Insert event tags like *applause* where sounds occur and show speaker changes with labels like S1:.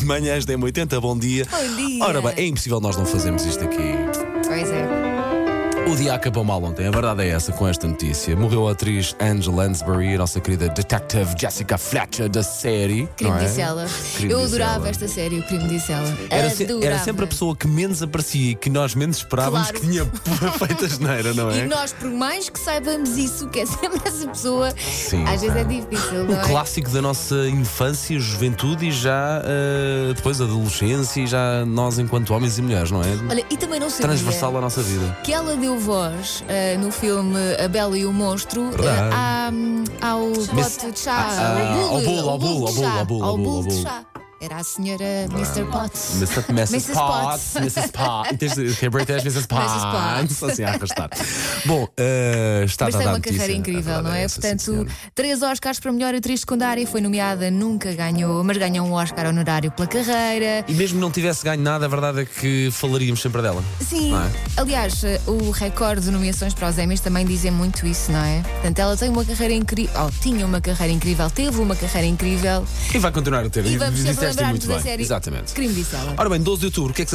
S1: Manhãs da M80, bom dia.
S2: Bom dia.
S1: Ora bem, é impossível nós não fazermos isto aqui.
S2: Pois é.
S1: O dia acabou mal ontem, a verdade é essa com esta notícia. Morreu a atriz Angela Lansbury, a nossa querida detective Jessica Fletcher da série.
S2: Crime
S1: não é?
S2: disse ela.
S1: Crime
S2: Eu
S1: disse
S2: adorava
S1: ela.
S2: esta série, o Crime disse ela.
S1: Era, se- era
S2: adorava.
S1: sempre a pessoa que menos aparecia e que nós menos esperávamos
S2: Claro.
S1: que tinha
S2: *laughs*
S1: *laughs* feito asneira, não é?
S2: E nós, por mais que saibamos isso, que é *laughs* sempre essa pessoa,
S1: Sim,
S2: às vezes
S1: pá.
S2: é difícil, não
S1: Um
S2: é?
S1: clássico da nossa infância, juventude e já ah, depois adolescência e já nós enquanto homens e mulheres, não é?
S2: Olha, e também não sabia
S1: Transversal à nossa vida.
S2: que ela deu voz eh, no filme A Bela e o Monstro eh,
S1: Verdade.
S2: à- ao
S1: Miss-
S2: pote de chá.
S1: Ah,
S2: ao
S1: ao
S2: bule,
S1: bule, ao bule,
S2: de
S1: ao
S2: chá,
S1: bule, ao bule, ao Ah.
S2: Ao bule
S1: bule.
S2: de chá. Era a senhora Mr. Potts. *laughs*
S1: Mrs. Mrs.
S2: Mrs.
S1: Potts,
S2: Potts.
S1: Mrs. Potts. E tens de- Que é British
S2: *laughs*
S1: Mrs. Potts.
S2: Potts.
S1: Só assim a
S2: *laughs*
S1: arrastar. Bom, eh, está
S2: Mas
S1: a
S2: tem
S1: dar
S2: uma
S1: notícia.
S2: carreira incrível,
S1: verdade
S2: não é?
S1: essa, sim,
S2: Portanto,
S1: senhora.
S2: três Oscars para melhor atriz secundária foi nomeada, nunca ganhou, mas ganhou um Oscar honorário pela carreira.
S1: E mesmo não tivesse ganho nada, a verdade é que falaríamos sempre dela.
S2: Sim,
S1: Não é?
S2: aliás, o recorde de nomeações para os Emmys também dizem muito isso, não é? Portanto, ela tem uma carreira incrível, ou tinha uma carreira incrível, teve uma carreira incrível
S1: E vai continuar a ter.
S2: e vamos
S1: Disseste
S2: sempre lembrar-nos
S1: muito
S2: da
S1: bem.
S2: série
S1: Exatamente.
S2: Crime disse ela.
S1: Ora bem, 12 de outubro, o que é que